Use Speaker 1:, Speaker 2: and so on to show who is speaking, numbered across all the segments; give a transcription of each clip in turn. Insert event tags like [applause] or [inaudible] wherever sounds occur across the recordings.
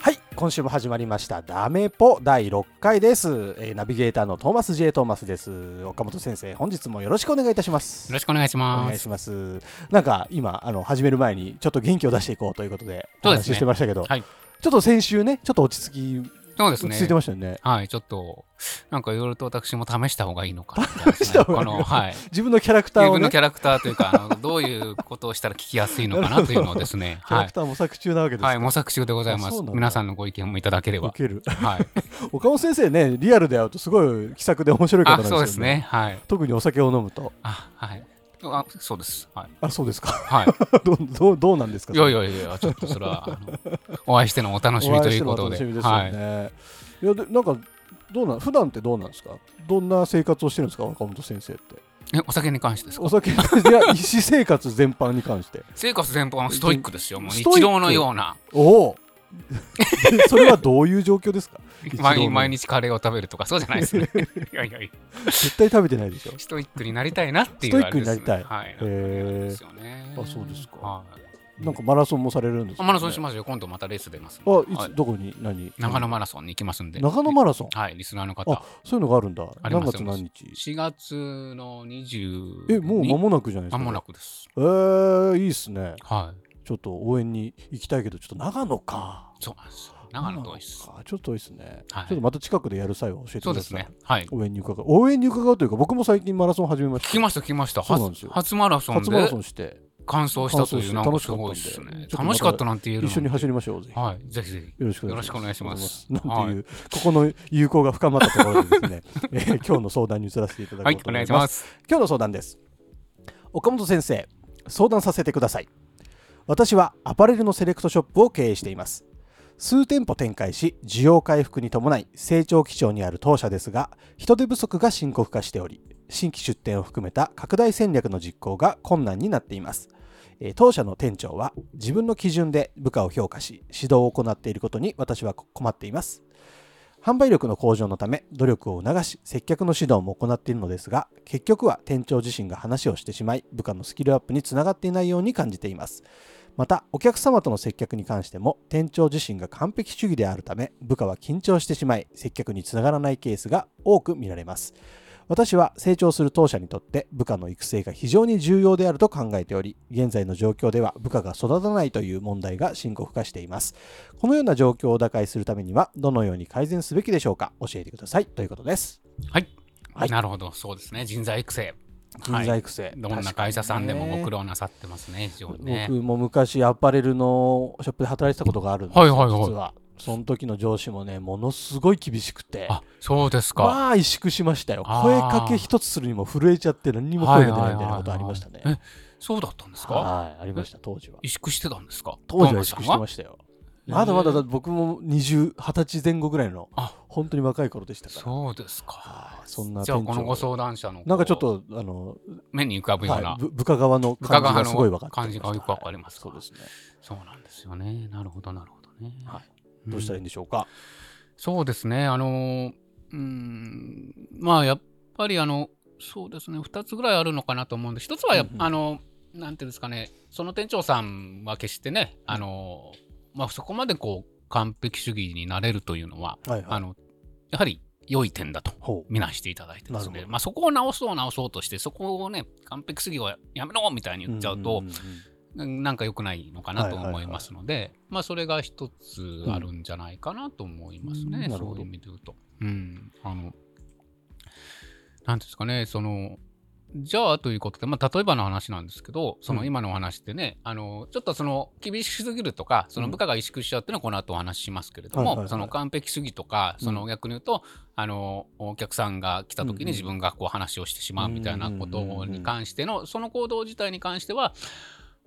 Speaker 1: はい今週も始まりましたダメポ第6回です、えーナビゲーターのトーマス J トーマスです岡本先生本日もよろしくお願いいたします
Speaker 2: よろしくお願いし
Speaker 1: お
Speaker 2: ま
Speaker 1: 願い
Speaker 2: す。
Speaker 1: しますなんか今あの始める前にちょっと元気を出していこうということでお
Speaker 2: そうです
Speaker 1: 話
Speaker 2: ね
Speaker 1: ししてましたけど、
Speaker 2: はい。
Speaker 1: ちょっと先週ねちょっと落ち着き
Speaker 2: そうで
Speaker 1: 落ち
Speaker 2: す
Speaker 1: 着いて
Speaker 2: ね。
Speaker 1: ましたよね
Speaker 2: はい、ちょっと、なんかいろいろと私も試した方がいいのかな。試
Speaker 1: した方がいいの
Speaker 2: この、はい。
Speaker 1: 自分のキャラクター
Speaker 2: 自
Speaker 1: を
Speaker 2: 分
Speaker 1: ね
Speaker 2: の
Speaker 1: キ
Speaker 2: キ
Speaker 1: ャ
Speaker 2: ャラクターというか、あのどういうことをしたら聞きやすいのかなというのをですね、は
Speaker 1: ラ
Speaker 2: い
Speaker 1: ク。ター模索中なわけです
Speaker 2: はい、
Speaker 1: か
Speaker 2: 模索中でござい
Speaker 1: あ
Speaker 2: ま
Speaker 1: そうな
Speaker 2: す
Speaker 1: ん。だ
Speaker 2: 皆さんのご意見もいただければ
Speaker 1: 受。ける [laughs]
Speaker 2: はい。
Speaker 1: 岡本先生ねリアルで会うとすごい気さくで面白い方なん
Speaker 2: あ、
Speaker 1: ですよね
Speaker 2: そうですね。はい。
Speaker 1: 特にお酒を飲むと
Speaker 2: あ、はい。あ、そうです。はい。
Speaker 1: あそうですか [laughs]
Speaker 2: は
Speaker 1: どうどうどうなんですか
Speaker 2: い。いやいやいや、ちょっとそれは、あのお会いしてのお楽しみということ
Speaker 1: お会
Speaker 2: で。
Speaker 1: いしての
Speaker 2: は
Speaker 1: は楽しみ
Speaker 2: い
Speaker 1: ですよ。ね。い、やでなんかどうなん普段ってどうなんですか。どんな生活をしてるんですか岡本先生って。
Speaker 2: え、お酒に関してですか
Speaker 1: お酒 [laughs] いや私生活全般に関して。
Speaker 2: 生活全般はストイックですよ。もう
Speaker 1: ス
Speaker 2: 日
Speaker 1: トイック
Speaker 2: 常のような。
Speaker 1: お [laughs] お。それはどういう状況ですか。一度
Speaker 2: 毎
Speaker 1: も
Speaker 2: 毎日カレーを食べるとかそうじゃないです
Speaker 1: [laughs]
Speaker 2: ね。いやいやいや、
Speaker 1: 絶対食べてないでしょ。
Speaker 2: ストイックになりたいなっていうあれです、
Speaker 1: ストイッ
Speaker 2: ね。
Speaker 1: クになりたい
Speaker 2: はい。
Speaker 1: へー
Speaker 2: なんですよね。
Speaker 1: あそうですか
Speaker 2: はい
Speaker 1: なんかマラソンもされるんです
Speaker 2: あ
Speaker 1: か、
Speaker 2: マラソンし
Speaker 1: ま
Speaker 2: ますよ。今度またレース出ますんで。
Speaker 1: あいつ、
Speaker 2: はい
Speaker 1: どこに何。
Speaker 2: 長野マラソンに行きますんで。
Speaker 1: 長野マラソン。
Speaker 2: はい、リスナーの
Speaker 1: あ
Speaker 2: 方。
Speaker 1: そういうのがあるんだ。
Speaker 2: あり
Speaker 1: 何
Speaker 2: ます
Speaker 1: 月何日。
Speaker 2: 4月の20
Speaker 1: えもう間もなくじゃないです
Speaker 2: 間
Speaker 1: か。
Speaker 2: もな
Speaker 1: く。
Speaker 2: くです。
Speaker 1: えー、いいっすね。
Speaker 2: はい。
Speaker 1: ちょっと応援に行きたいけどちょっと長野か。
Speaker 2: そうなんです。長野遠いです。
Speaker 1: あちょっと遠いですね、
Speaker 2: はい
Speaker 1: ちょっとまた近くでやる際は教えてください。
Speaker 2: そうですね。はい。
Speaker 1: 応援に伺う。応援に伺うというか、僕も最近マラソン始めました。
Speaker 2: 聞きました、聞きました。
Speaker 1: そうなんです
Speaker 2: 初
Speaker 1: よ
Speaker 2: 初マラソン
Speaker 1: 初マラソ
Speaker 2: で
Speaker 1: ンして、
Speaker 2: 完走したという、
Speaker 1: 完
Speaker 2: な
Speaker 1: 走
Speaker 2: んか
Speaker 1: して
Speaker 2: すごいです
Speaker 1: 楽しかったんで。
Speaker 2: ね
Speaker 1: ちょっとまた
Speaker 2: 楽しかったなんて言える
Speaker 1: 一
Speaker 2: の
Speaker 1: 緒に走りましょう、ぜひ。
Speaker 2: はい、ぜひぜひ。
Speaker 1: よろしくお願いします。
Speaker 2: よろしくお願いします
Speaker 1: なんていう、ここの友好が深まったところでです
Speaker 2: [laughs]
Speaker 1: ね、えー今日の相談に移らせていただこ
Speaker 2: は
Speaker 1: う
Speaker 2: い、
Speaker 1: と
Speaker 2: お
Speaker 1: 思
Speaker 2: 願い
Speaker 1: い
Speaker 2: し
Speaker 1: ま。
Speaker 2: ますす。
Speaker 1: 今日の相談です。岡本先生、相談させてください。私はアパレルのセレクトショップを経営しています。数店舗展開し、需要回復に伴い成長基調にある当社ですが、人手不足が深刻化しており、新規出店を含めた拡大戦略の実行が困難になっています。えー当社の店長は自分の基準で部下を評価し、指導を行っていることに私は困っています。販売力の向上のため努力を促し接客の指導も行っているのですが結局は店長自身が話をしてしまい部下のスキルアップにつながっていないように感じていますまたお客様との接客に関しても店長自身が完璧主義であるため部下は緊張してしまい接客につながらないケースが多く見られます私は成長する当社にとって部下の育成が非常に重要であると考えており現在の状況では部下が育たないという問題が深刻化していますこのような状況を打開するためにはどのように改善すべきでしょうか教えてくださいということです
Speaker 2: はい。
Speaker 1: はい
Speaker 2: なるほど、そうですね。人材育成。
Speaker 1: 人材育成、
Speaker 2: どんな会社さんでもご苦
Speaker 1: 労
Speaker 2: 労なさってますね、非常にね
Speaker 1: 僕。も昔アパレルのショップで働いてたことがあるんですよ、
Speaker 2: はいはいはい
Speaker 1: 実はその時の上司もねものすごい厳しくて
Speaker 2: あ、そうですか。
Speaker 1: まあ萎縮しましたよ
Speaker 2: あー
Speaker 1: 声かけ一つするにも震えちゃって何にも声が出ないみたいなことありましたね
Speaker 2: はいはいはいえ、そうだったんですか
Speaker 1: はいありました当時は
Speaker 2: 萎縮してたんですか
Speaker 1: 当時は萎縮してま
Speaker 2: し
Speaker 1: したよ
Speaker 2: えー
Speaker 1: まだまだだって僕も20 20歳前後ぐらいの
Speaker 2: あ
Speaker 1: 本当に若い頃でしたから
Speaker 2: そうです
Speaker 1: は
Speaker 2: か
Speaker 1: い。そんな
Speaker 2: じゃあ、
Speaker 1: 店長
Speaker 2: このご相談者の。
Speaker 1: なんかちょっ、とあの
Speaker 2: 目に浮かぶよう
Speaker 1: は
Speaker 2: な。
Speaker 1: い、ぶ部下側の感じがすごい分かって
Speaker 2: 部下側の感じがよくわかります
Speaker 1: はいそうですね、
Speaker 2: そうなんですよね。なるほど、なるほどね。
Speaker 1: はい
Speaker 2: ん
Speaker 1: どうしたらいいんでしょうか、
Speaker 2: そうですね、あの、うん、まあ、やっぱり、あの、そうですね、2つぐらいあるのかなと思うんで、1つはやっ
Speaker 1: うんうん
Speaker 2: あの、なんていうんですかね、その店長さんは決してね、あの、まあ、そこまでこう、完璧主義になれるというのは、
Speaker 1: はいはい
Speaker 2: あの、やはり良い点だと。
Speaker 1: ほう
Speaker 2: 見なしていただいてです
Speaker 1: なるほ
Speaker 2: ね、
Speaker 1: ど
Speaker 2: まあ、そこを直そう直そうとしてそこをね完璧主義はやめろみたいに言っちゃうと、
Speaker 1: んんんん
Speaker 2: なんか良くないのかな
Speaker 1: はい
Speaker 2: と
Speaker 1: はいは
Speaker 2: 思
Speaker 1: い
Speaker 2: いますので、まあそれが一つあるんじゃないかなと思います
Speaker 1: うん
Speaker 2: ね、
Speaker 1: なるほど
Speaker 2: そういう意味で言うと。うん、あのなんていうんですかねそのじゃあということで、まあ、例えばの話なんですけど、そうの
Speaker 1: ん
Speaker 2: 今のお話ってね、あのちょっとその厳しすぎるとか、その部下が萎縮しちゃうっていうのは、この後お話ししますけれど
Speaker 1: はいはいは
Speaker 2: も、
Speaker 1: い
Speaker 2: その完璧主義とか、
Speaker 1: うん
Speaker 2: その逆に言うと、あのお客さんが来た時
Speaker 1: うんうん
Speaker 2: に自分がこう話をしてしまうみたいなこ
Speaker 1: うんうんうんう
Speaker 2: と
Speaker 1: ん
Speaker 2: に関しての、その行動自体に関しては、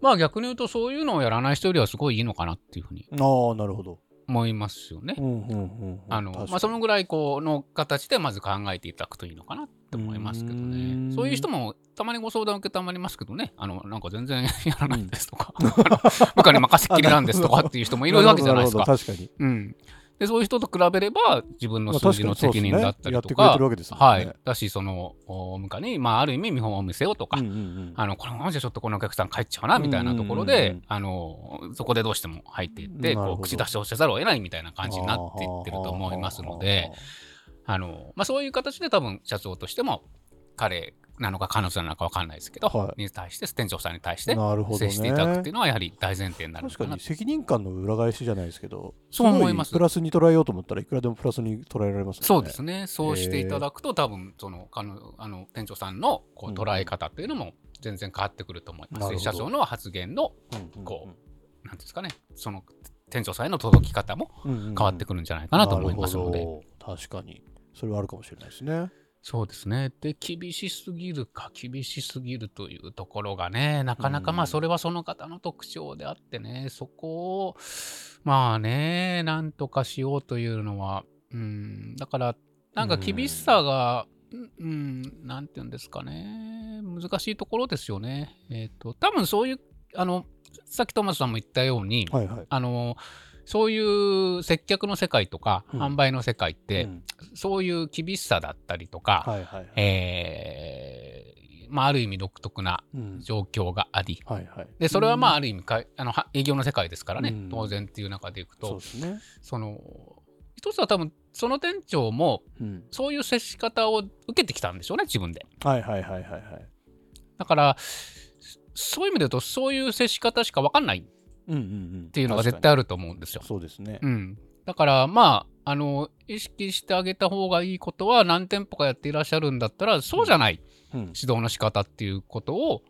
Speaker 2: まあ逆に言うと、そういうのをやらない人よりはすごいいいのかなっていうふうに
Speaker 1: ああなるほど。
Speaker 2: 思いますよね。
Speaker 1: うんうんうんうん
Speaker 2: あの
Speaker 1: 確かに
Speaker 2: まあ、そのぐらいこうの形でまず考えていただくといいのかなって思いますけど
Speaker 1: うーん
Speaker 2: ね。そういう人もたまにご相談受けたまりますけどね、あのなんか全然やらないですとか、 [laughs] 部下に任せっきりなんですとかっていう人もいるわけじゃないです
Speaker 1: る
Speaker 2: か。
Speaker 1: ほど確かに。
Speaker 2: うん、でそういう人と比べれば自分の
Speaker 1: まあ
Speaker 2: 数字の責任だったり
Speaker 1: 確かに
Speaker 2: とか
Speaker 1: そうですねやってくれてるわけですもんね
Speaker 2: はいだしそのお部下に、まあ、ある意味見本を見せようとか、
Speaker 1: うんうん
Speaker 2: あのこのままじゃちょっとこのお客さん帰っちゃうなみたいなところ
Speaker 1: うんうん
Speaker 2: で
Speaker 1: うん
Speaker 2: あのそこでどうしても入っていっ
Speaker 1: な
Speaker 2: て
Speaker 1: るほ
Speaker 2: こ
Speaker 1: ど
Speaker 2: う口出しをせざるを得ないみたいな
Speaker 1: うん
Speaker 2: 感じになっていってると思いますのであの、まあ、そういう形で多分社長としても彼なのか彼女なのかわかんないですけど、
Speaker 1: は
Speaker 2: に対して店長さんに対して
Speaker 1: なるほど
Speaker 2: 接
Speaker 1: ね
Speaker 2: していただくっていうのはやはり大前提になるの
Speaker 1: 確
Speaker 2: か
Speaker 1: か
Speaker 2: な
Speaker 1: に責任感の裏返しじゃないですけど
Speaker 2: そう思います
Speaker 1: ごプラスに捉えようと思ったらいくらでもプラスに捉えられますもんね
Speaker 2: そうですねそうしていただくと多分その彼のあの店長さんのこ
Speaker 1: う
Speaker 2: うん捉え方っていうのも全然変わってくると思います
Speaker 1: なる
Speaker 2: し、
Speaker 1: ほど
Speaker 2: 社長の発言のこ
Speaker 1: 変
Speaker 2: なんていうんですかねその店長さんへの届き方も変わって
Speaker 1: く
Speaker 2: くるんじゃないかなと思いますので、
Speaker 1: 確かにそれはあるかもしれないですね
Speaker 2: そうですねで厳しすぎるか厳しすぎるというところがねなかなか
Speaker 1: うん
Speaker 2: まあそれはその方の特徴であってねそこをまあねなんとかしようというのはうんだからなんか厳しさがうん、うんなんて言うんですかね難しいところですよねえっ、と多分そういうあのさっきトマスさんも言ったように、
Speaker 1: はいはい
Speaker 2: あのそういう接客の世界とか、
Speaker 1: うん
Speaker 2: 販売の世界って、
Speaker 1: うん
Speaker 2: そういう厳しさだったりとか、
Speaker 1: はいはいはい
Speaker 2: えーまあ、ある意味独特な
Speaker 1: うん
Speaker 2: 状況があり
Speaker 1: はいはい
Speaker 2: でそれはまあ
Speaker 1: あ
Speaker 2: ある意味かいあのは営業の世界ですからね、
Speaker 1: うん
Speaker 2: 当然っていう中でいく
Speaker 1: そう
Speaker 2: と
Speaker 1: ですね
Speaker 2: その一つは多分その店長も
Speaker 1: うん
Speaker 2: そういう接し方を受けてきたんでしょうね自分で。
Speaker 1: はいはいはいはいはい
Speaker 2: だからそういう意味で言うとそういう接し方しか分かんないっ
Speaker 1: うんうんうんって
Speaker 2: いうのが絶対あると思うんですよ。
Speaker 1: そうですね
Speaker 2: うん、だからまああの意識してあげた方がいいことは何店舗かやっていらっしゃるんだったらそうじゃない
Speaker 1: うん
Speaker 2: 指導の仕方っていうことを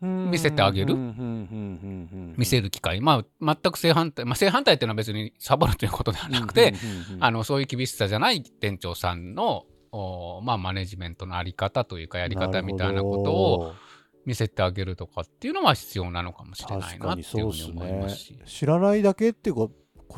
Speaker 2: 見せてあげる
Speaker 1: うんうんうんうんうん
Speaker 2: 見せる機会、まあ、全く正反対、まあ、正反対っていうのは別にサボるということではなくて、
Speaker 1: うんうんうんうん
Speaker 2: あのそういう厳しさじゃない店長さんの、おまあ、マネジメントのあり方というかやり方みたいなことを見せてあげるとかっていうのは必要なのかもしれない
Speaker 1: 確
Speaker 2: な
Speaker 1: か
Speaker 2: っ
Speaker 1: に
Speaker 2: ていう
Speaker 1: そう
Speaker 2: ふう
Speaker 1: で
Speaker 2: に
Speaker 1: す
Speaker 2: 思いますし。
Speaker 1: ね知らないだけっていうこ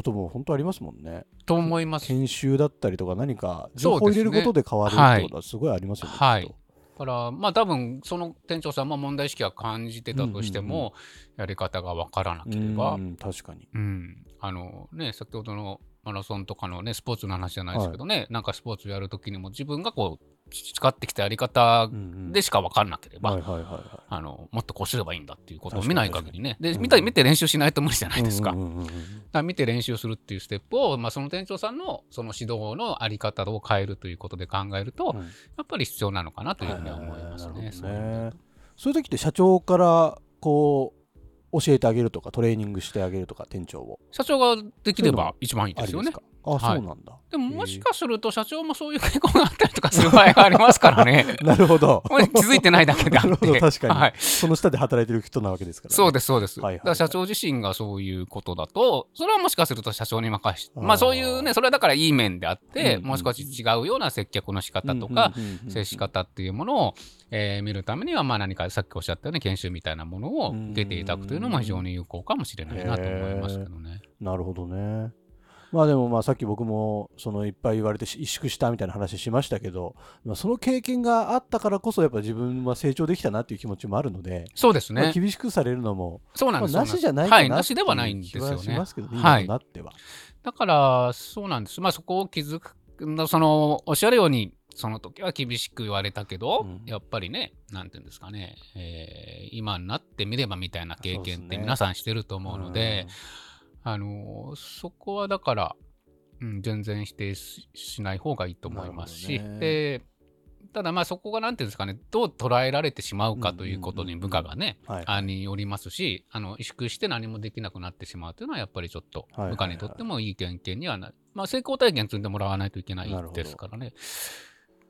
Speaker 1: とも本当ありますもんね
Speaker 2: と思います
Speaker 1: 研修だったりとか何か情
Speaker 2: そう
Speaker 1: 報
Speaker 2: で
Speaker 1: を
Speaker 2: す
Speaker 1: 入れ
Speaker 2: ね
Speaker 1: ることで変わるってことはすごいありますよね
Speaker 2: はい
Speaker 1: きっと
Speaker 2: からまあ多分その店長さんも問題意識は感じてたとしても、やり方がわからなければ、
Speaker 1: うん確かに
Speaker 2: うん、あのね先ほどのマラソンとかのねスポーツの話じゃないですけどね、なんかスポーツやるときにも自分がこう培ってきたやり方
Speaker 1: うんうん
Speaker 2: でしか分からなければ、
Speaker 1: はいはいはいは
Speaker 2: あのもっとこうすればいいんだっていうことを
Speaker 1: 確か
Speaker 2: 見
Speaker 1: に
Speaker 2: ない限りねで、
Speaker 1: うん
Speaker 2: 見た見て練習しないと無理じゃないいですか,、
Speaker 1: うん
Speaker 2: だ
Speaker 1: う
Speaker 2: か
Speaker 1: んうんうん
Speaker 2: ら見て練習するっていうステップを、まあ、その店長さんのその指導のあり方を変えるということで考えると、
Speaker 1: うん
Speaker 2: やっぱり必要なのかなというふうには思います
Speaker 1: はいはいは
Speaker 2: ね。
Speaker 1: い
Speaker 2: そういう意味だと
Speaker 1: そういう時って社長からこう教えてあげるとかトレーニングしてあげるとか店長を
Speaker 2: 社長ができれば一番いい
Speaker 1: あ
Speaker 2: で
Speaker 1: り
Speaker 2: す
Speaker 1: で
Speaker 2: よ
Speaker 1: す
Speaker 2: ね。
Speaker 1: かあ
Speaker 2: はい
Speaker 1: そうなんだ。
Speaker 2: でももしかすると社長もそういう傾向があったりとかする場合がありますからね
Speaker 1: なるほど
Speaker 2: こ [laughs] れ気づいてないだけであ
Speaker 1: なる
Speaker 2: っ
Speaker 1: ほど
Speaker 2: て。
Speaker 1: 確かに
Speaker 2: はい。
Speaker 1: その下で働いてる人なわけですからね
Speaker 2: そうです、そうです。
Speaker 1: はいはいはい
Speaker 2: だから社長自身がそういうことだと、それはもしかすると社長に任せて、
Speaker 1: あー
Speaker 2: まあそういうね、それはだからいい面であって、
Speaker 1: うん
Speaker 2: もう少し違うような接客の仕方とか、
Speaker 1: うんうんうんうん
Speaker 2: 接し方っていうものを、えー見るためには、まあ何かさっきおっしゃったような研修みたいなものを受けていただくというのも非常に有効かもしれないなと思いますけどね。
Speaker 1: なるほどね。まあでもまあさっき僕もそのいっぱい言われてし萎縮したみたいな話しましたけど、まあ、その経験があったからこそやっぱ自分は成長できたなっていう気持ちもあるので、
Speaker 2: そうです
Speaker 1: まあ
Speaker 2: ね。
Speaker 1: 厳しくされるのも、
Speaker 2: そうなん
Speaker 1: まあ、
Speaker 2: です
Speaker 1: なしじゃない
Speaker 2: は
Speaker 1: か
Speaker 2: い、
Speaker 1: な
Speaker 2: な
Speaker 1: って
Speaker 2: し
Speaker 1: い
Speaker 2: ではないん
Speaker 1: う
Speaker 2: です
Speaker 1: 気
Speaker 2: よ
Speaker 1: は
Speaker 2: ね。
Speaker 1: しますけどね、
Speaker 2: はい
Speaker 1: 今となっては。
Speaker 2: だから、そうなんです。まあ、そこを気づく、その、おっしゃるように、その時は厳しく言われたけど、
Speaker 1: うん
Speaker 2: やっぱりね、なんていうんですかね、えー今になってみればみたいな経
Speaker 1: そうです
Speaker 2: 験っ
Speaker 1: ね
Speaker 2: て皆さんしてると思うので、あのーそこはだから、うん、全然否定ししない方がいいと思います
Speaker 1: なる
Speaker 2: し、
Speaker 1: ほどね
Speaker 2: でただまあそこがなんていうんですかねどう捉えられてしまうかということ
Speaker 1: う
Speaker 2: に
Speaker 1: んうんうん
Speaker 2: 部下がね、
Speaker 1: はい
Speaker 2: あによりますしあの萎縮して何もできなくなってしまうというのはやっぱりちょっと
Speaker 1: はいはいはい
Speaker 2: 部下にとってもいい経験にはなる、まあ、成功体験積んでもらわないといけない
Speaker 1: なるほど
Speaker 2: ですからね。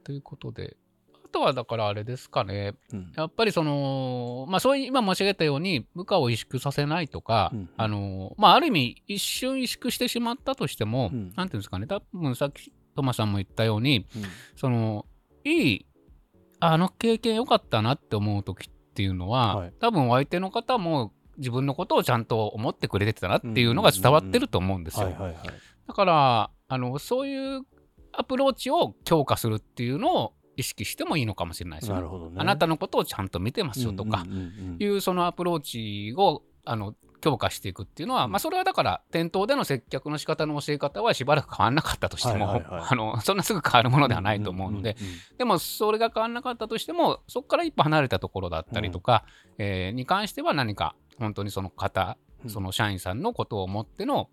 Speaker 2: ということであとはだからあれですかね
Speaker 1: うん
Speaker 2: やっぱりその、まあ、そういう今申し上げたように部下を萎縮させないとか、
Speaker 1: うん
Speaker 2: あのまあ、ある意味一瞬萎縮してしまったとしても、
Speaker 1: うん
Speaker 2: なんていうんですかね多分さっきトマさんも言ったように
Speaker 1: うん
Speaker 2: そのいいあの経験良かったなって思う時っていうのは、
Speaker 1: はい
Speaker 2: 多分お相手の方も自分のことをちゃんと思ってくれてたなっていうのが伝わってると思うんですよ。
Speaker 1: はいはいはい
Speaker 2: だからあのそういうアプローチを強化するっていうのを意識してもいいのかもしれないですよ
Speaker 1: な
Speaker 2: ね
Speaker 1: る。ほどね
Speaker 2: あなたのことをちゃんと見てますよとか
Speaker 1: うんうんうんうん
Speaker 2: いうそのアプローチをあの強化していくっていうのは、まあ、それはだから店頭での接客の仕方の教え方はしばらく変わんなかったとしても、
Speaker 1: はいはいはい
Speaker 2: あのそんなすぐ変わるものではないと思うので、
Speaker 1: んんん
Speaker 2: でもそれが変わんなかったとしてもそこから一歩離れたところだったりとか、えーに関しては何か本当にその方
Speaker 1: うん
Speaker 2: その社員さんのことを思っての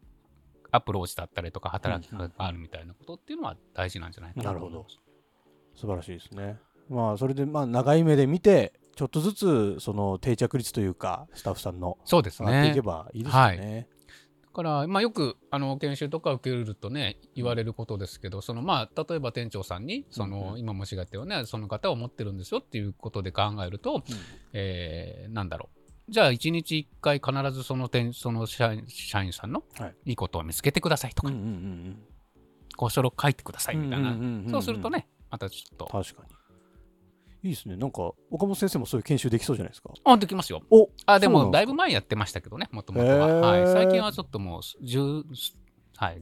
Speaker 2: アプローチだったりとか働き方があるみたいなことっていうのは大事なんじゃないかなと思います。
Speaker 1: なるほど素晴らしいですね。まあそれでまあ長い目で見てちょっとずつその定着率というかスタッフさんの
Speaker 2: そうです
Speaker 1: 上がってい
Speaker 2: ね
Speaker 1: け。ばいいですよね。
Speaker 2: だから、まあ、よくあの研修とか受けるとね言われることですけどその、まあ、例えば店長さんにそ
Speaker 1: うん
Speaker 2: の、
Speaker 1: う
Speaker 2: 今間違ったよねその方を持ってるんですよっていうことで考えると、
Speaker 1: うん
Speaker 2: えーなんだろうじゃあ1日1回必ずその店その社員社員さんの
Speaker 1: はい
Speaker 2: いいことを見つけてくださいと
Speaker 1: う
Speaker 2: か、
Speaker 1: んうんうん
Speaker 2: こう書類書いてくださいみたいな、
Speaker 1: うんうんうんうんうん
Speaker 2: そうするとねまたちょっと
Speaker 1: 確かに。いいですね。なんか岡本先生もそういう研修できそうじゃないですか。
Speaker 2: あできますよ
Speaker 1: お
Speaker 2: あで
Speaker 1: そうなんですか
Speaker 2: もだいぶ前やってましたけどねもともとは、は
Speaker 1: へ
Speaker 2: い、
Speaker 1: ー
Speaker 2: 最近はちょっともう10はい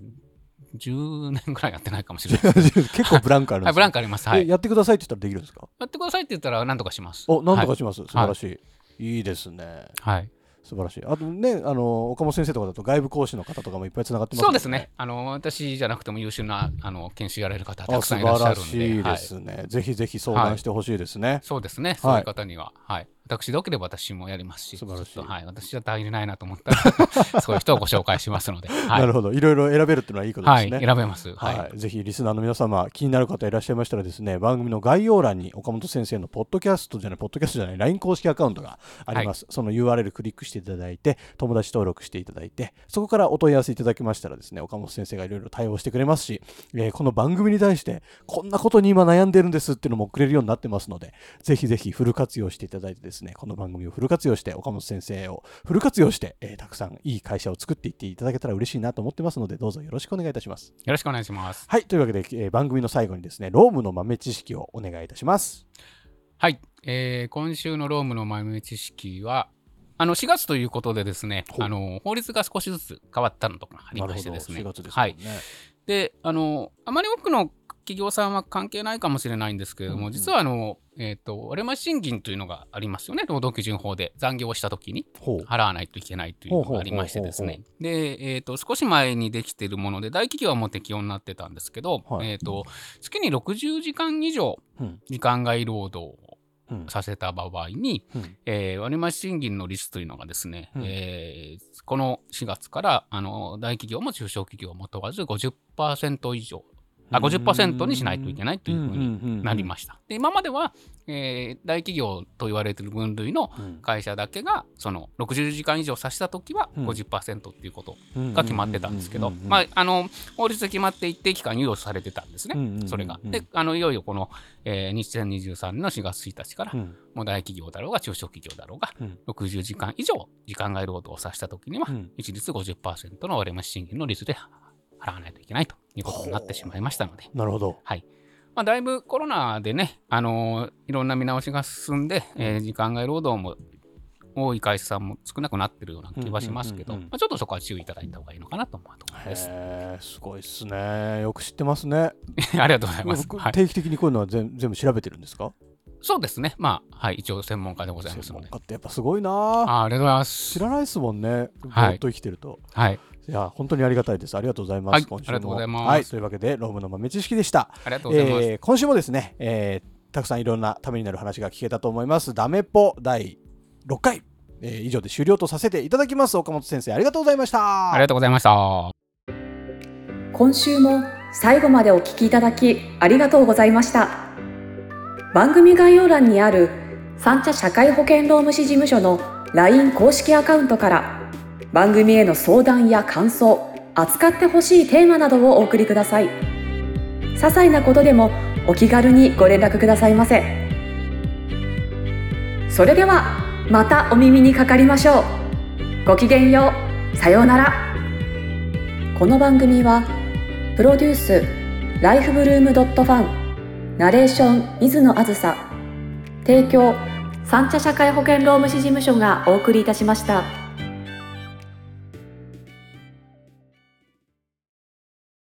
Speaker 2: 10年ぐらいやってないかもしれない
Speaker 1: [laughs] 結構ブランクあるんで
Speaker 2: はい、
Speaker 1: す
Speaker 2: ブ
Speaker 1: よ
Speaker 2: ランクあります。は
Speaker 1: え
Speaker 2: い。や
Speaker 1: やってくださいって言ったらできるんですか
Speaker 2: ってくださいって言ったら何とかします。
Speaker 1: おなんと
Speaker 2: は
Speaker 1: か
Speaker 2: い
Speaker 1: します。素晴らしい。い、いですね。
Speaker 2: はい。
Speaker 1: 素晴らしい。あとね、あの岡本先生とかだと外部講師の方とかもいっぱいつながってます
Speaker 2: そ
Speaker 1: も
Speaker 2: うんですね。。あの、私じゃなくても優秀な、あの、研修やられる方た
Speaker 1: あ
Speaker 2: く
Speaker 1: 素
Speaker 2: さんい
Speaker 1: 晴
Speaker 2: らっしゃ
Speaker 1: ら
Speaker 2: るん
Speaker 1: し
Speaker 2: で。
Speaker 1: い
Speaker 2: は
Speaker 1: で
Speaker 2: い。
Speaker 1: すね、ぜひぜひ相談してほしいですね。
Speaker 2: そうですね。そういう方には、はい。私でよければ私もやりますし、
Speaker 1: 素晴らしい
Speaker 2: ちょっとはい。私じゃ足りないなと思った
Speaker 1: [laughs]
Speaker 2: ら、そういう人をご紹介しますので、は
Speaker 1: ないる。ほど。いろいろ選べるっていうのはいいことで
Speaker 2: は
Speaker 1: す
Speaker 2: い。
Speaker 1: ね。
Speaker 2: 選べます。
Speaker 1: はい、
Speaker 2: はい。
Speaker 1: ぜひリスナーの皆様気になる方いらっしゃいましたらですね番組の概要欄に岡本先生のポッドキャストじゃないポッドキャストじゃない LINE 公式アカウントがあります、その URL クリックしていただいて友達登録していただいてそこからお問い合わせいただきましたらですね岡本先生がいろいろ対応してくれますし、えーこの番組に対してこんなことに今悩んでるんですっていうのもくれるようになってますのでぜひぜひフル活用していただいてですねこの番組をフル活用して岡本先生をフル活用して、えーたくさんいい会社を作っていっていただけたら嬉しいなと思ってますのでどうぞよろしくお願いいたします
Speaker 2: よろしくお願いします。
Speaker 1: はい、というわけで、えー番組の最後にですね、ロームの豆知識をお願いいたします。
Speaker 2: はい、えー今週のロームの豆知識は、あの4月ということでですね、
Speaker 1: ほう
Speaker 2: あの法律が少しずつ変わったのとかありましてですね、
Speaker 1: 4月ですも
Speaker 2: は
Speaker 1: んね
Speaker 2: い。で、あのあまり多くの企業さんは関係ないかもしれないんですけれども、
Speaker 1: うんうん
Speaker 2: 実はあのえっ、と割増賃金というのがありますよね、労働基準法で残業をしたときに
Speaker 1: ほう。
Speaker 2: 払わないといけないというのがありましてですね。で、えっ、と、少し前にできているもので、大企業はもう適用になってたんですけど、
Speaker 1: はい
Speaker 2: えっ、と、月に60時間以上
Speaker 1: うん。
Speaker 2: 時間外労働を
Speaker 1: うん。
Speaker 2: させた場合に、
Speaker 1: うん
Speaker 2: えー割増賃金の率というのがですね、
Speaker 1: うん
Speaker 2: えーこの4月からあの大企業も中小企業も問わず50%以上あ50%にしないといけないというふうに
Speaker 1: に
Speaker 2: なりました。で今までは、えー大企業と言われている分類の
Speaker 1: す。うん
Speaker 2: 会社だけがその60時間以上差した時は
Speaker 1: うん
Speaker 2: 50%っていうこと
Speaker 1: うん
Speaker 2: が決まってたんですけど、
Speaker 1: うんうんうん
Speaker 2: まあ、あの法律で決まって一定期間猶予されてたんですね、
Speaker 1: うんうんうんうん
Speaker 2: それが。であのいよいよこの、えー、2023年の4月1日から
Speaker 1: うん
Speaker 2: もう大企業だろうが中小企業だろうが、
Speaker 1: うん
Speaker 2: 60時間以上時間外労働を指したときには、
Speaker 1: うん
Speaker 2: 一律50%の割増賃金の率で払わないといけないということになってしまいましたので、
Speaker 1: なるほど。
Speaker 2: はいまあ、だいぶコロナでね、あのーいろんな見直しが進んで、えー時間外労働も多い会社さんも少なくなってるような気はしますけど、
Speaker 1: うんうんうんうん
Speaker 2: まあ、ちょっとそこは注意いただいた方がいいのかなと思うところです。
Speaker 1: へえ、すごいっすね。よく知ってますね。
Speaker 2: [laughs] ありがとうございます。
Speaker 1: 僕
Speaker 2: はい、
Speaker 1: 定期的にこういうのは全全部調べてるんですか
Speaker 2: そうですね、まあ、はい、一応専門家でございます
Speaker 1: 専
Speaker 2: の
Speaker 1: 門
Speaker 2: で。
Speaker 1: 家ってやっぱすごいなあ
Speaker 2: あありがとうございます
Speaker 1: 知。らないですもんね。ぼ
Speaker 2: はい
Speaker 1: ーっと生きてると。
Speaker 2: はい、
Speaker 1: いや、本当にありがたいです。ありがとうございます。
Speaker 2: はい
Speaker 1: 今週も
Speaker 2: ありがとうございます
Speaker 1: はい、というわけで、ロームの豆知識でした。
Speaker 2: ありがとうございます。
Speaker 1: えー今週もですね、えーたくさんいろんなためになる話が聞けたと思います。ダメポ第6回、えー以上で終了とさせていただきます。岡本先生、ありがとうございました。
Speaker 2: ありがとうございました。
Speaker 3: 今週も最後までお聞きいただきありがとうございました番組概要欄にある三茶社会保険労務士事務所の LINE 公式アカウントから番組への相談や感想扱ってほしいテーマなどをお送りください些細なことでもお気軽にご連絡くださいませそれではまたお耳にかかりましょうごきげんようさようならこの番組はプロデュースライフブルームドットファンナレーション水野あずさ提供三茶社会保険労務士事務所がお送りいたしました。